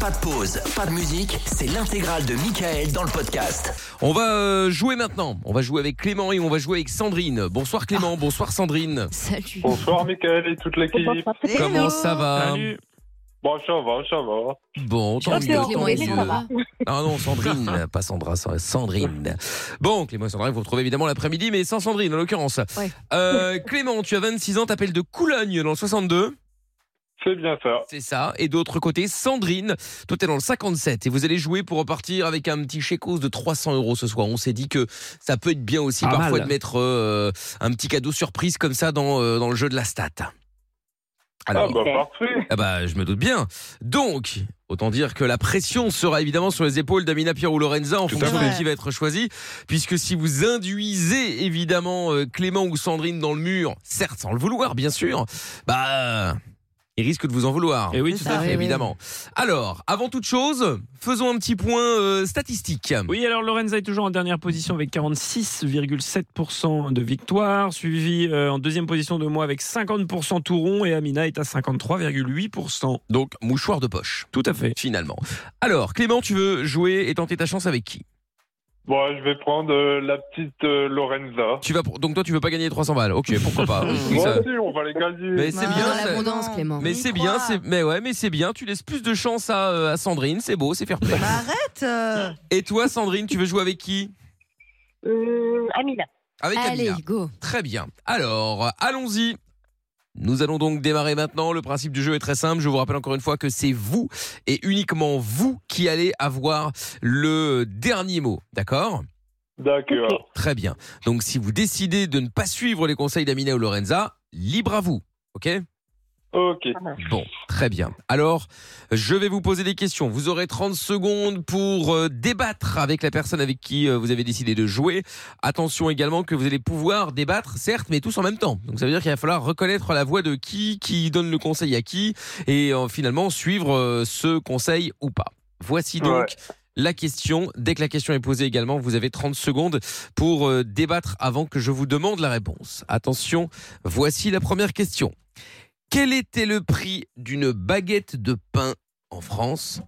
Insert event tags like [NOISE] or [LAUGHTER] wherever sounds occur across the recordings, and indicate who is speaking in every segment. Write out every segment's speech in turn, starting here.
Speaker 1: Pas de pause, pas de musique, c'est l'intégrale de Michael dans le podcast.
Speaker 2: On va euh, jouer maintenant. On va jouer avec Clément et on va jouer avec Sandrine. Bonsoir Clément,
Speaker 3: Ah.
Speaker 2: bonsoir Sandrine.
Speaker 3: Salut.
Speaker 4: Bonsoir Michael et toute l'équipe. Euh,
Speaker 2: Comment ça va
Speaker 4: Bon, ça va, ça va.
Speaker 2: Bon, tant mieux. tant
Speaker 3: Clément et
Speaker 2: mieux.
Speaker 3: Sandra.
Speaker 2: Ah non,
Speaker 3: [LAUGHS]
Speaker 2: Sandrine, pas Sandra, Sa- Sandrine. Bon, Clément et Sandrine, vous retrouvez évidemment l'après-midi, mais sans Sandrine en l'occurrence.
Speaker 3: Ouais.
Speaker 2: Euh, Clément, tu as 26 ans, t'appelles de Coulogne dans le 62,
Speaker 4: C'est bien ça.
Speaker 2: c'est ça. Et d'autre côté, Sandrine, toi t'es dans le 57. Et vous allez jouer pour repartir avec un petit chécos de 300 euros ce soir. On s'est dit que ça peut être bien aussi
Speaker 5: Pas
Speaker 2: parfois
Speaker 5: mal.
Speaker 2: de mettre euh, un petit cadeau surprise comme ça dans, euh, dans le jeu de la stat.
Speaker 4: Ah
Speaker 2: Alors,
Speaker 4: bah parfait.
Speaker 2: Ah bah, je me doute bien. Donc, autant dire que la pression sera évidemment sur les épaules d'Amina Pierre ou Lorenza en
Speaker 5: Tout à
Speaker 2: fonction
Speaker 3: fait.
Speaker 2: de qui va être choisi, puisque si vous induisez évidemment euh, Clément ou Sandrine dans le mur, certes sans le vouloir bien sûr, bah ils risquent de vous en vouloir.
Speaker 5: Et Eh oui,
Speaker 3: C'est
Speaker 5: tout à
Speaker 3: ça.
Speaker 5: fait.
Speaker 3: oui, oui.
Speaker 2: évidemment. Alors, avant toute chose, faisons un petit point euh, statistique.
Speaker 5: Oui, alors Lorenza est toujours en dernière position avec 46,7% de victoire, suivi euh, en deuxième position de moi avec 50% tout rond et Amina est à 53,8%.
Speaker 2: Donc, mouchoir de poche,
Speaker 5: Tout à fait.
Speaker 2: finalement. Alors, Clément, tu veux jouer et tenter ta chance avec qui
Speaker 4: Bon, je vais prendre euh, la petite euh, Lorenza.
Speaker 2: tu vas pour- Donc, toi, tu veux pas gagner 300 balles. Ok, pourquoi pas. Oui,
Speaker 4: Moi
Speaker 2: ça-
Speaker 4: aussi, on va les gagner.
Speaker 2: Mais c'est
Speaker 3: Ah,
Speaker 2: bien,
Speaker 3: dans
Speaker 2: ça-
Speaker 3: l'abondance, Clément.
Speaker 2: Mais
Speaker 6: On y
Speaker 2: c'est bien,
Speaker 6: croit.
Speaker 2: c'est mais ouais, mais c'est bien. Tu laisses plus de chance à, euh, à Sandrine, c'est beau, c'est fair play.
Speaker 6: Bah, arrête euh.
Speaker 2: Et toi, Sandrine, tu veux jouer avec qui
Speaker 7: Hum, Amina.
Speaker 2: Avec
Speaker 3: Allez,
Speaker 2: Amina.
Speaker 3: go.
Speaker 2: Très bien. Alors, euh, allons-y. Nous allons donc démarrer maintenant. Le principe du jeu est très simple. Je vous rappelle encore une fois que c'est vous et uniquement vous qui allez avoir le dernier mot. D'accord
Speaker 4: D'accord.
Speaker 2: Très bien. Donc, si vous décidez de ne pas suivre les conseils d'Amina ou Lorenza, libre à vous. Ok
Speaker 4: Ok.
Speaker 2: Bon, très bien. Alors, je vais vous poser des questions. Vous aurez 30 secondes pour euh, débattre avec la personne avec qui euh, vous avez décidé de jouer. Attention également que vous allez pouvoir débattre, certes, mais tous en même temps. Donc ça veut dire qu'il va falloir reconnaître la voix de qui, qui donne le conseil à qui, et euh, finalement suivre euh, ce conseil ou pas. Voici donc
Speaker 4: Ouais.
Speaker 2: la question. Dès que la question est posée également, vous avez 30 secondes pour euh, débattre avant que je vous demande la réponse. Attention, voici la première question. Quel était le prix d'une baguette de pain en France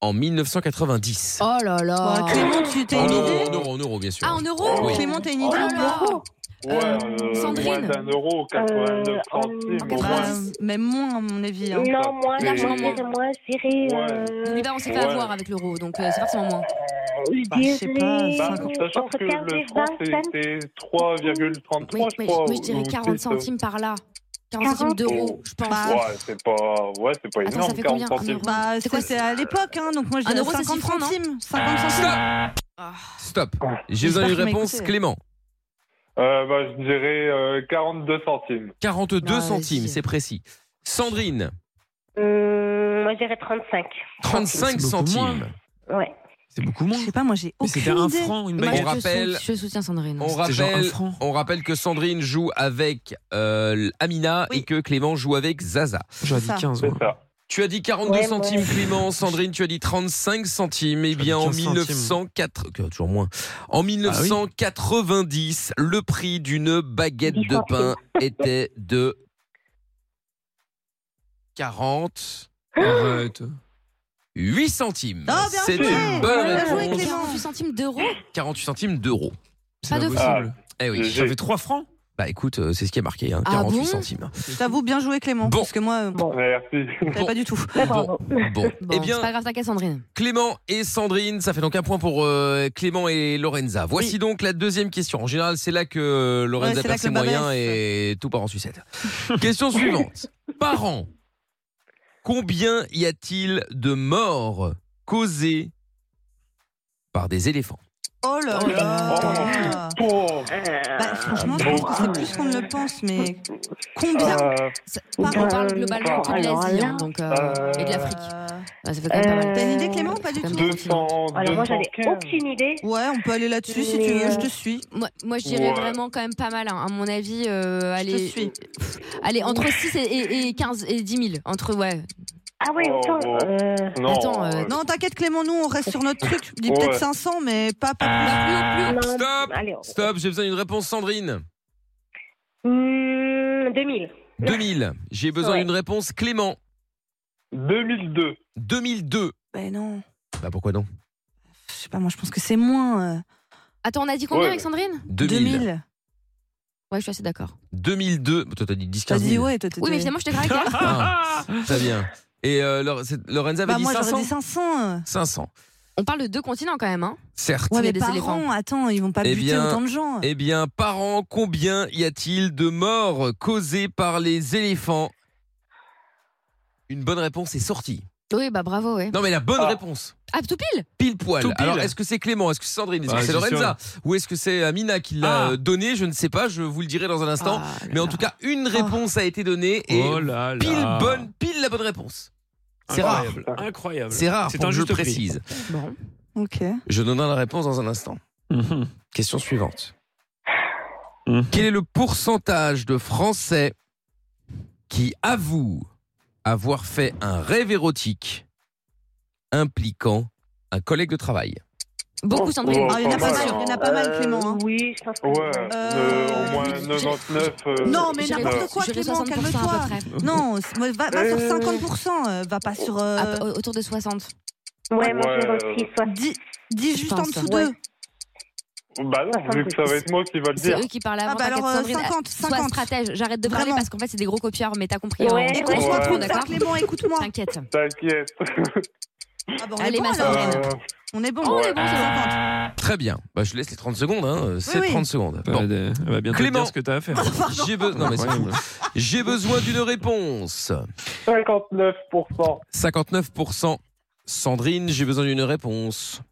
Speaker 2: en 1990
Speaker 3: Oh là là.
Speaker 6: Oh, Clément, tu t'as
Speaker 2: en,
Speaker 6: une
Speaker 2: euros,
Speaker 6: idée
Speaker 2: en euros, en euros, bien sûr.
Speaker 6: Ah, en euros
Speaker 2: Oui.
Speaker 6: Clément, t'as une idée
Speaker 3: Oh là
Speaker 6: ou
Speaker 3: là.
Speaker 6: pas
Speaker 4: Ouais,
Speaker 3: Euh,
Speaker 4: euh,
Speaker 3: Sandrine.
Speaker 4: moins d'un euro, 89
Speaker 7: Euh,
Speaker 4: centimes
Speaker 7: en
Speaker 4: au
Speaker 6: Bah,
Speaker 4: moins.
Speaker 7: 90.
Speaker 6: Même moins, à mon avis. hein.
Speaker 7: Non, moi, la
Speaker 4: Mais-
Speaker 7: moitié de moi serait.
Speaker 4: Ouais.
Speaker 3: Oublie
Speaker 7: Euh,
Speaker 3: pas, on s'est fait
Speaker 4: Ouais.
Speaker 3: avoir avec l'euro, donc euh, c'est forcément moins.
Speaker 6: Bah, je sais pas,
Speaker 7: désolée,
Speaker 4: Bah,
Speaker 6: cinquante-
Speaker 4: sachant
Speaker 7: entre
Speaker 4: que
Speaker 7: 15 et
Speaker 4: le
Speaker 7: 20
Speaker 4: franc, c'était
Speaker 3: Oui,
Speaker 4: 3,33, je
Speaker 3: mais, moi,
Speaker 4: crois.
Speaker 3: je dirais
Speaker 4: ou
Speaker 3: 40
Speaker 4: six, euh,
Speaker 3: centimes par là. 40 centimes
Speaker 7: 40
Speaker 3: d'euros, je pense.
Speaker 6: Bah,
Speaker 4: Ouais, c'est pas, ouais, c'est pas
Speaker 3: Attends,
Speaker 4: énorme,
Speaker 3: ça fait
Speaker 4: 40
Speaker 3: combien Un
Speaker 4: centimes.
Speaker 3: euro
Speaker 6: Bah,
Speaker 3: C'est quoi,
Speaker 6: c'était à l'époque, hein, donc moi je
Speaker 3: Un
Speaker 6: dirais
Speaker 3: euro, c'est
Speaker 6: 50
Speaker 3: six francs, non
Speaker 6: centimes. 50 centimes.
Speaker 2: Stop
Speaker 3: Ah.
Speaker 2: Stop. J'ai besoin
Speaker 6: J'espère
Speaker 2: d'une
Speaker 6: qu'il m'a
Speaker 2: réponse,
Speaker 6: écouté.
Speaker 2: Clément.
Speaker 4: Euh, bah, je dirais euh, 42 centimes.
Speaker 2: 42
Speaker 3: Ah,
Speaker 2: centimes,
Speaker 3: vas-y.
Speaker 2: c'est précis. Sandrine,
Speaker 7: hum, moi, je dirais 35.
Speaker 2: 35
Speaker 5: Oh, C'est beaucoup moins.
Speaker 2: centimes.
Speaker 7: Ouais.
Speaker 5: C'est beaucoup
Speaker 6: Je
Speaker 5: moins.
Speaker 6: sais pas, moi j'ai
Speaker 5: Mais
Speaker 6: aucune
Speaker 5: c'était un
Speaker 6: idée.
Speaker 5: franc, une
Speaker 3: Moi, je,
Speaker 5: baguette.
Speaker 2: On rappelle-
Speaker 3: je soutiens Sandrine.
Speaker 2: On
Speaker 5: C'était genre un
Speaker 2: rappelle,
Speaker 5: franc.
Speaker 2: on rappelle que Sandrine joue avec euh, Amina
Speaker 6: Oui.
Speaker 2: et que Clément joue avec Zaza.
Speaker 5: J'aurais dit
Speaker 6: ça.
Speaker 5: 15.
Speaker 4: C'est
Speaker 5: moi.
Speaker 4: ça.
Speaker 2: Tu as dit 42
Speaker 7: Ouais,
Speaker 2: centimes,
Speaker 7: ouais.
Speaker 2: Clément. Sandrine, tu as dit 35 centimes. Eh
Speaker 5: J'avais
Speaker 2: bien, en
Speaker 5: 15 centimes. Ah
Speaker 2: 1904, que- toujours moins. En 1990, le prix d'une baguette
Speaker 7: Dix
Speaker 2: de pain était de 48
Speaker 5: Arrête.
Speaker 2: centimes.
Speaker 6: Oh, bien
Speaker 2: C'est
Speaker 6: joué.
Speaker 2: une bonne
Speaker 6: Bien joué,
Speaker 2: réponse.
Speaker 6: Clément.
Speaker 3: 48 centimes d'euros
Speaker 2: 48 centimes d'euros.
Speaker 5: C'est
Speaker 3: Pas de
Speaker 5: pas
Speaker 4: franc.
Speaker 5: possible.
Speaker 2: Eh oui.
Speaker 4: J'ai-
Speaker 5: Ça fait 3 francs.
Speaker 2: Bah écoute, euh, c'est ce qui est marqué, hein,
Speaker 3: Ah
Speaker 2: 48
Speaker 3: bon
Speaker 2: centimes.
Speaker 6: Je t'avoue, bien joué Clément,
Speaker 2: Bon.
Speaker 6: parce que moi, euh,
Speaker 4: Merci.
Speaker 6: j'avais pas du tout.
Speaker 7: Ouais, bah, bravo. Euh,
Speaker 2: Bon,
Speaker 3: Bon,
Speaker 2: eh bien,
Speaker 3: c'est pas grave, t'inquiète, Sandrine.
Speaker 2: Clément et Sandrine, ça fait donc un point pour euh, Clément et Lorenza. Voici donc la deuxième question. En général, c'est là que euh, Lorenza
Speaker 6: Ouais, c'est
Speaker 2: perd
Speaker 6: là que
Speaker 2: ses
Speaker 6: le
Speaker 2: moyens
Speaker 6: bas blesse.
Speaker 2: et tout part en sucette.
Speaker 6: [LAUGHS]
Speaker 2: question suivante. Par an, combien y a-t-il de morts causées par des éléphants
Speaker 6: Oh là
Speaker 7: Oh là
Speaker 6: là
Speaker 4: Bon,
Speaker 7: Euh,
Speaker 6: Bah, franchement, je pense que c'est plus qu'on ne le pense, mais combien
Speaker 4: euh,
Speaker 3: Ça-
Speaker 6: Par
Speaker 3: on
Speaker 6: an.
Speaker 3: parle globalement de toute
Speaker 7: Alors
Speaker 3: l'Asie,
Speaker 7: là,
Speaker 3: hein, donc, euh,
Speaker 4: euh,
Speaker 3: et de l'Afrique.
Speaker 6: Euh,
Speaker 3: Ouais, ça fait quand même pas mal.
Speaker 7: Euh,
Speaker 6: T'as une idée, Clément, ou pas du
Speaker 3: Comme
Speaker 6: tout
Speaker 3: deux.
Speaker 4: 200,
Speaker 7: Alors, moi, j'en ai
Speaker 4: 215.
Speaker 7: aucune idée.
Speaker 6: Ouais, on peut aller là-dessus si tu veux, je te suis.
Speaker 3: Moi, moi, je dirais
Speaker 4: Ouais.
Speaker 3: vraiment quand même pas mal. hein. À mon avis, euh, allez,
Speaker 6: suis.
Speaker 3: allez, entre 6 et, et- et 15 et 10 000. Entre, ouais.
Speaker 7: Ah ouais,
Speaker 4: Oh,
Speaker 7: autant.
Speaker 4: bon.
Speaker 7: Euh,
Speaker 4: Non,
Speaker 3: Attends, euh,
Speaker 4: euh,
Speaker 6: Non, t'inquiète Clément, nous on reste sur notre truc. Je dis
Speaker 4: Ouais.
Speaker 6: peut-être 500, mais pas, pas Ah,
Speaker 3: Bah, plus haut, plus haut.
Speaker 7: non,
Speaker 2: Stop.
Speaker 7: Allez,
Speaker 2: Stop, j'ai besoin d'une réponse, Sandrine.
Speaker 7: hum, 2000. Hmm,
Speaker 2: 2000. J'ai besoin
Speaker 7: Ouais.
Speaker 2: d'une réponse, Clément.
Speaker 4: 2002.
Speaker 2: 2002.
Speaker 6: Ben non.
Speaker 2: Bah pourquoi non
Speaker 6: Je sais pas, moi je pense que c'est moins. euh,
Speaker 3: Attends, on a dit combien
Speaker 4: Ouais.
Speaker 3: avec Sandrine
Speaker 2: 2000.
Speaker 3: Ouais, je suis assez d'accord.
Speaker 2: 2002. Toi, t'as dit 10
Speaker 6: T'as
Speaker 2: 15
Speaker 6: dit
Speaker 2: 000.
Speaker 6: ouais, toi t'as
Speaker 3: Oui, mais
Speaker 6: dit-
Speaker 3: finalement, je t'ai grave avec
Speaker 2: [LAUGHS]
Speaker 3: elle.
Speaker 2: Très bien. Et euh, Lor- c'est- Lorenza avait
Speaker 6: Bah,
Speaker 2: dit
Speaker 6: moi j'aurais
Speaker 2: 500.
Speaker 6: dit 500. euh.
Speaker 2: 500
Speaker 3: On parle de deux continents quand même. Hein.
Speaker 2: certes.
Speaker 3: Ouais,
Speaker 6: Ouais,
Speaker 3: mais
Speaker 6: mais
Speaker 3: des
Speaker 6: parents,
Speaker 3: éléphants.
Speaker 6: attends, ils vont pas
Speaker 2: Eh
Speaker 6: buter
Speaker 2: bien,
Speaker 6: autant de gens.
Speaker 2: Eh bien, par an, combien y a-t-il de morts causées par les éléphants Une bonne réponse est sortie.
Speaker 3: Oui, bah bravo, ouais.
Speaker 2: Non, mais la bonne
Speaker 4: Ah.
Speaker 2: réponse,
Speaker 3: Ah, tout pile
Speaker 2: pile poil.
Speaker 5: Tout pile.
Speaker 2: Alors, est-ce que c'est Clément Est-ce que c'est Sandrine Est-ce
Speaker 5: Ah,
Speaker 2: que c'est
Speaker 5: c'est sûr.
Speaker 2: Lorenza Ou est-ce que c'est Amina qui l'a
Speaker 5: Ah.
Speaker 2: euh, donné Je ne sais pas, je vous le dirai dans un instant.
Speaker 6: Ah là
Speaker 2: mais en
Speaker 6: là.
Speaker 2: tout cas, une réponse a été donnée et
Speaker 5: oh là là.
Speaker 2: pile bonne, pile la bonne réponse. C'est rare.
Speaker 5: Incroyable. Incroyable.
Speaker 2: C'est rare,
Speaker 5: C'est
Speaker 2: pour
Speaker 5: un
Speaker 2: que je
Speaker 5: juste prix.
Speaker 2: précise.
Speaker 3: Bon.
Speaker 2: [LAUGHS]
Speaker 6: Ok.
Speaker 2: Je donnerai la réponse dans un instant.
Speaker 5: Mhm.
Speaker 2: Question suivante.
Speaker 5: Mhm.
Speaker 2: Quel est le pourcentage de Français qui avouent avoir fait un rêve érotique impliquant un collègue de travail Oh,
Speaker 3: Beaucoup, Sandrine.
Speaker 6: Ah, il y en a pas mal, il y en a pas mal,
Speaker 7: Euh,
Speaker 6: Clément, hein.
Speaker 7: Oui, je pense que.
Speaker 4: Ouais,
Speaker 7: oui.
Speaker 4: euh, au moins 99.
Speaker 2: oh.
Speaker 4: euh,
Speaker 6: Non, mais
Speaker 3: J'irai-
Speaker 6: n'importe quoi,
Speaker 3: j'irai 60%
Speaker 6: Clément,
Speaker 3: à peu
Speaker 6: calme-toi.
Speaker 3: près.
Speaker 6: Non, c'est- moi, va, va sur 50%, euh, va pas sur. euh,
Speaker 3: Ah, autour de 60.
Speaker 7: Ouais, moi
Speaker 4: Ouais, euh,
Speaker 7: je dirais aussi
Speaker 4: [LAUGHS]
Speaker 7: soit.
Speaker 6: dis, dis juste
Speaker 3: Je
Speaker 6: en
Speaker 3: pense,
Speaker 6: dessous
Speaker 7: ouais.
Speaker 6: d'eux.
Speaker 4: Bah non, vu que ça va être moi qui va le
Speaker 3: C'est
Speaker 4: dire.
Speaker 3: eux qui parlent avant.
Speaker 6: Ah bah alors,
Speaker 3: t'inquiète,
Speaker 6: euh,
Speaker 3: Sandrine.
Speaker 6: 50,
Speaker 3: Sois
Speaker 6: 50.
Speaker 3: stratège, j'arrête de parler
Speaker 6: Vraiment.
Speaker 3: parce qu'en fait, c'est des gros copieurs, mais t'as compris.
Speaker 7: Ouais,
Speaker 3: hein.
Speaker 7: ouais.
Speaker 6: Écoute-moi,
Speaker 4: Ouais.
Speaker 6: trop de ça,
Speaker 3: D'accord.
Speaker 6: Clément, écoute-moi.
Speaker 3: T'inquiète.
Speaker 4: T'inquiète.
Speaker 6: Ah bah, on
Speaker 3: Allez,
Speaker 6: est bon,
Speaker 3: ma
Speaker 6: alors.
Speaker 3: sœur.
Speaker 4: Euh,
Speaker 6: On est bon. Ah.
Speaker 4: Oh, on est
Speaker 6: bon, c'est 50.
Speaker 2: Très bien. Bah, je laisse les 30 secondes. Hein. euh, C'est
Speaker 6: Oui, oui.
Speaker 2: 30 secondes.
Speaker 5: Bah,
Speaker 2: Bon.
Speaker 5: euh, elle va bientôt
Speaker 2: Clément.
Speaker 5: dire ce que t'as à faire.
Speaker 2: J'ai be- non, mais c'est fou. J'ai besoin d'une réponse.
Speaker 4: 59%.
Speaker 2: 59%. Sandrine, j'ai besoin d'une réponse.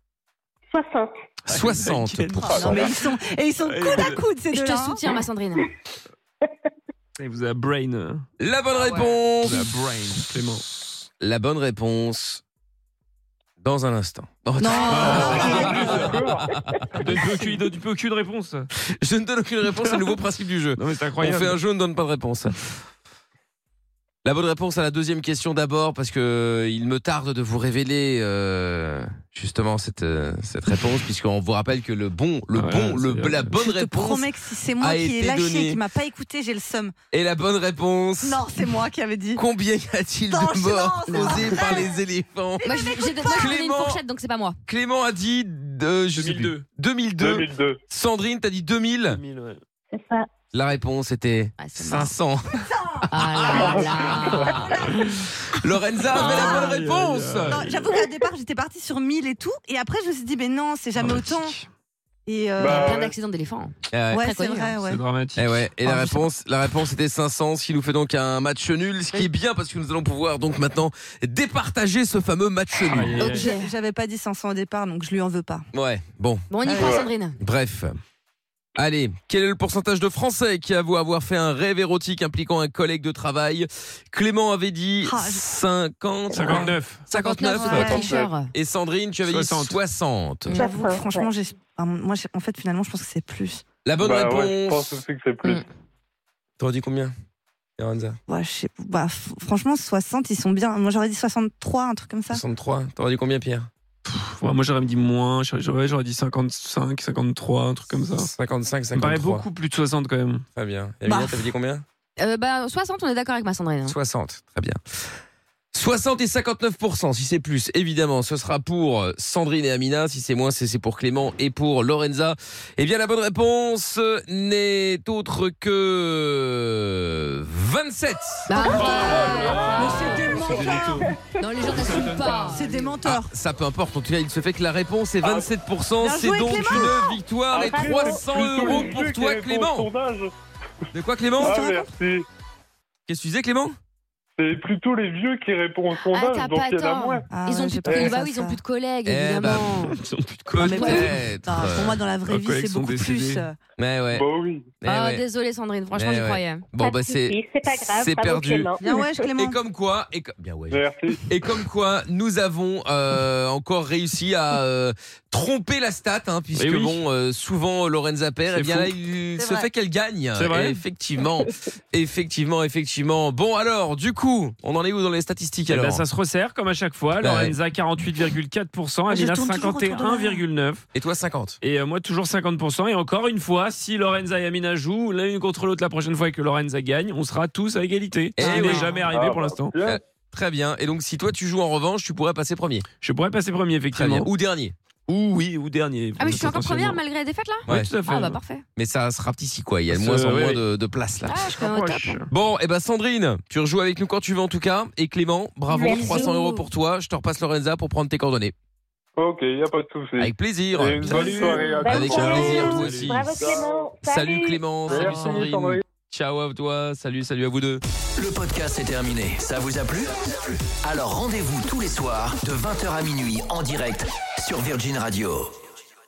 Speaker 7: 60.
Speaker 6: Oh,
Speaker 2: 60%.
Speaker 6: non, mais ils sont, et ils sont
Speaker 2: Ah,
Speaker 5: Ouais,
Speaker 6: coude à
Speaker 5: je-
Speaker 6: coude, ces
Speaker 3: Je te
Speaker 6: deux-là. hein.
Speaker 3: soutiens, ma Sandrine.
Speaker 5: Il vous a brain. euh,
Speaker 2: La bonne
Speaker 3: Ah ouais.
Speaker 2: réponse.
Speaker 5: La brain, Clément.
Speaker 2: La bonne réponse dans un instant. Oh,
Speaker 6: Non,
Speaker 2: [LAUGHS]
Speaker 5: Donne plus aucune, donne plus aucune réponse.
Speaker 2: Je ne donne aucune réponse, c'est le nouveau principe du jeu.
Speaker 5: Non, mais c'est
Speaker 2: On
Speaker 5: incroyable.
Speaker 2: fait un jeu, on ne donne pas de réponse. La bonne réponse à la deuxième question d'abord, parce que euh, il me tarde de vous révéler euh, justement cette, euh, cette réponse, puisqu'on vous rappelle que le bon, le
Speaker 5: Ah ouais,
Speaker 2: bon, le-
Speaker 5: c'est-
Speaker 2: la bonne
Speaker 6: je te
Speaker 2: réponse
Speaker 6: promets que si c'est moi
Speaker 2: a
Speaker 6: qui ai
Speaker 2: été
Speaker 6: lâché,
Speaker 2: donnée.
Speaker 6: qui m'a pas écouté, j'ai le seum.
Speaker 2: et la bonne réponse.
Speaker 6: Non, c'est moi qui avais dit.
Speaker 2: Combien y a-t-il
Speaker 6: Non,
Speaker 2: de
Speaker 6: je-
Speaker 2: morts
Speaker 6: non, c'est pas
Speaker 2: causées par les éléphants
Speaker 3: Moi, je- j'ai moi, j'ai donné une
Speaker 2: Clément.
Speaker 3: fourchette, donc c'est pas moi.
Speaker 2: Clément a dit de, je sais plus,
Speaker 5: 2002.
Speaker 2: 2002.
Speaker 4: 2002.
Speaker 2: Sandrine, t'as dit 2000.
Speaker 7: C'est ça.
Speaker 2: La réponse était
Speaker 3: Ah, c'est marrant.
Speaker 2: 500.
Speaker 6: [LAUGHS]
Speaker 3: Ah là là.
Speaker 2: Lorenza avait la bonne
Speaker 5: Aïe, aïe,
Speaker 2: réponse.
Speaker 5: aïe.
Speaker 6: Non, J'avoue qu'au départ, j'étais partie sur 1000 et tout. Et après, je me suis dit, mais non, c'est
Speaker 5: Ah, bah,
Speaker 6: jamais autant. Et euh,
Speaker 4: Bah,
Speaker 3: Plein d'accidents d'éléphants.
Speaker 2: Ah Ouais.
Speaker 6: ouais,
Speaker 3: très
Speaker 6: c'est
Speaker 3: connu, hein.
Speaker 6: vrai, ouais.
Speaker 5: C'est dramatique.
Speaker 2: Et Eh ouais, et la
Speaker 6: Ah, je sais
Speaker 2: réponse, la réponse était 500, ce qui nous fait donc un match nul, ce qui est bien parce que nous allons pouvoir donc maintenant départager ce fameux match nul.
Speaker 6: Ah,
Speaker 5: Aïe, aïe, aïe.
Speaker 6: J'ai- J'avais pas dit 500 au départ, donc je lui en veux pas.
Speaker 2: Ouais, bon,
Speaker 3: Bon, on y
Speaker 6: Ouais.
Speaker 3: croit, Sandrine.
Speaker 2: bref. Allez, quel est le pourcentage de Français qui avouent avoir fait un rêve érotique impliquant un collègue de travail Clément avait dit
Speaker 6: Ah, je-
Speaker 2: 50,
Speaker 5: 59.
Speaker 2: 59
Speaker 3: Ouais,
Speaker 6: ouais.
Speaker 3: tricheur.
Speaker 2: et Sandrine, tu avais
Speaker 5: 60.
Speaker 2: dit 60.
Speaker 3: Mm.
Speaker 6: J'avoue,
Speaker 7: Ouais.
Speaker 6: franchement, j'ai- ah, moi, j'ai- en fait, finalement, je pense que c'est plus.
Speaker 2: La bonne
Speaker 4: Bah
Speaker 2: réponse. Mmh.
Speaker 4: ouais, je pense aussi que c'est plus.
Speaker 3: Mm.
Speaker 2: T'aurais dit combien Lorenza
Speaker 6: Ouais, je sais- bah, f- franchement, 60, ils sont bien. Moi, j'aurais dit 63, un truc comme ça.
Speaker 2: 63. T'aurais dit combien Pierre
Speaker 5: Pff, ouais, moi, j'aurais dit moins. J'aurais ouais, j'aurais dit 55, 53, un truc comme ça.
Speaker 2: 55,
Speaker 5: Ça me paraît
Speaker 2: 53.
Speaker 5: beaucoup plus de 60 quand même.
Speaker 2: Très bien. Et Amina,
Speaker 6: Bah.
Speaker 2: t'avais dit combien
Speaker 3: Euh, bah, 60, on est d'accord avec ma Sandrine. hein.
Speaker 2: 60, très bien. 60 et 59%, si c'est plus, évidemment, ce sera pour euh, Sandrine et Amina, si c'est moins, c'est c'est pour Clément et pour Lorenza. Eh bien, la bonne réponse euh, n'est autre euh, que 27.
Speaker 3: Bah,
Speaker 6: Mais c'est des menteurs.
Speaker 3: non, les gens n'assument pas.
Speaker 6: C'est des
Speaker 2: Ah,
Speaker 6: menteurs.
Speaker 2: ça peu importe, en tout cas, il se fait que la réponse est 27%,
Speaker 6: Bien
Speaker 2: c'est
Speaker 6: joué,
Speaker 2: donc une victoire et
Speaker 7: Ah, bravo.
Speaker 2: 300
Speaker 4: Plutôt
Speaker 2: euros
Speaker 4: les
Speaker 2: pour
Speaker 4: trucs
Speaker 2: toi,
Speaker 4: et pour le
Speaker 2: Clément.
Speaker 4: sondage.
Speaker 2: De quoi, Clément
Speaker 4: Ah,
Speaker 6: te racontes
Speaker 4: merci.
Speaker 2: Qu'est-ce que tu disais, Clément
Speaker 4: C'est plutôt les vieux qui répondent au
Speaker 3: Ah,
Speaker 4: sondage,
Speaker 3: t'as
Speaker 4: donc
Speaker 3: pas
Speaker 4: il y en a
Speaker 3: tort.
Speaker 4: moins.
Speaker 6: Ah,
Speaker 3: Ils ont
Speaker 6: ouais,
Speaker 3: plus
Speaker 6: j'ai
Speaker 3: de
Speaker 6: pas
Speaker 3: collègues.
Speaker 6: pensé à
Speaker 3: Bah oui, ils
Speaker 6: ça.
Speaker 3: ont plus de collègues,
Speaker 2: Eh ben,
Speaker 3: évidemment.
Speaker 5: [LAUGHS] Ils ont plus de
Speaker 6: mais bon.
Speaker 2: Peut-être.
Speaker 6: Ah, pour moi, dans la vraie
Speaker 5: Leurs
Speaker 6: vie,
Speaker 5: collègues
Speaker 6: c'est
Speaker 5: sont
Speaker 6: beaucoup
Speaker 5: décédés.
Speaker 6: plus. euh,
Speaker 2: Ouais, ouais.
Speaker 4: Bah oui.
Speaker 2: Eh
Speaker 3: Ah,
Speaker 2: ouais.
Speaker 3: désolé, Sandrine. Franchement,
Speaker 2: Eh
Speaker 3: j'y
Speaker 2: ouais.
Speaker 3: croyais.
Speaker 2: Bon,
Speaker 7: Pas
Speaker 2: bah,
Speaker 7: de
Speaker 2: c'est
Speaker 7: soucis, C'est pas grave.
Speaker 2: c'est
Speaker 7: bravo,
Speaker 2: perdu.
Speaker 7: Clément.
Speaker 6: Bien ouais,
Speaker 2: Et
Speaker 6: Clément.
Speaker 2: comme quoi, et comme- bien ouais.
Speaker 4: Merci.
Speaker 2: Et comme quoi, nous avons euh, encore réussi à euh, tromper la stat, hein, puisque
Speaker 5: Eh oui.
Speaker 2: bon, euh, souvent Lorenza perd,
Speaker 5: C'est
Speaker 2: et bien
Speaker 5: fou.
Speaker 2: là, il
Speaker 6: C'est
Speaker 2: se
Speaker 6: vrai.
Speaker 2: fait qu'elle gagne.
Speaker 5: C'est vrai.
Speaker 2: Et
Speaker 5: [LAUGHS]
Speaker 2: Effectivement, effectivement, effectivement. Bon alors, du coup, on en est où dans les statistiques
Speaker 5: Eh ben,
Speaker 2: alors
Speaker 5: ça se resserre comme à chaque fois.
Speaker 2: Bah ouais.
Speaker 5: Lorenza 48,4%,
Speaker 6: Ah, je
Speaker 5: Amina
Speaker 6: tourne toujours autour de moi.
Speaker 5: 51,9%
Speaker 2: Et toi, 50
Speaker 5: et euh, moi toujours 50%. Et encore une fois, si Lorenza et Amina jouent l'une contre l'autre la prochaine fois et que Lorenza gagne, on sera tous à égalité.
Speaker 2: Eh
Speaker 5: Ce qui
Speaker 2: oui.
Speaker 5: n'est jamais arrivé
Speaker 4: Ah,
Speaker 5: pour l'instant.
Speaker 4: bien.
Speaker 2: Très bien. Et donc, si toi tu joues en revanche, tu pourrais passer premier.
Speaker 5: Je pourrais passer premier,
Speaker 2: Très bien.
Speaker 5: effectivement.
Speaker 2: Ou dernier.
Speaker 5: Ou oui, ou dernier.
Speaker 3: Ah, mais je suis encore
Speaker 5: potentiellement.
Speaker 3: première malgré les défaites là
Speaker 5: Ouais,
Speaker 2: Ouais.
Speaker 5: tout à fait.
Speaker 3: Ah, bah parfait.
Speaker 2: Mais ça se rapetissit quoi. Il y a de
Speaker 5: Ça,
Speaker 2: moins en
Speaker 5: ouais,
Speaker 2: moins
Speaker 5: ouais.
Speaker 2: de, de place là.
Speaker 3: Ah, je suis
Speaker 5: On
Speaker 3: au top.
Speaker 5: s'approche.
Speaker 2: Bon, et ben Sandrine, tu rejoues avec nous quand tu veux en tout cas. Et Clément, bravo,
Speaker 7: Merci.
Speaker 2: 300 euros pour toi. Je te repasse Lorenza pour prendre tes coordonnées.
Speaker 4: Ok, il n'y a pas de souci.
Speaker 2: Avec plaisir.
Speaker 4: Et une bonne
Speaker 5: Salut.
Speaker 4: soirée à
Speaker 7: Bonne
Speaker 2: Avec
Speaker 4: tous.
Speaker 2: un
Speaker 7: soirée.
Speaker 2: plaisir, toi aussi.
Speaker 7: Bravo Clément.
Speaker 2: Salut Clément, salut
Speaker 4: Merci,
Speaker 2: Sandrine.
Speaker 4: Sandrine.
Speaker 2: Ciao à toi, salut, salut à vous deux.
Speaker 1: Le podcast est terminé. Ça vous a plu Alors rendez-vous tous les soirs de 20h à minuit en direct sur Virgin Radio.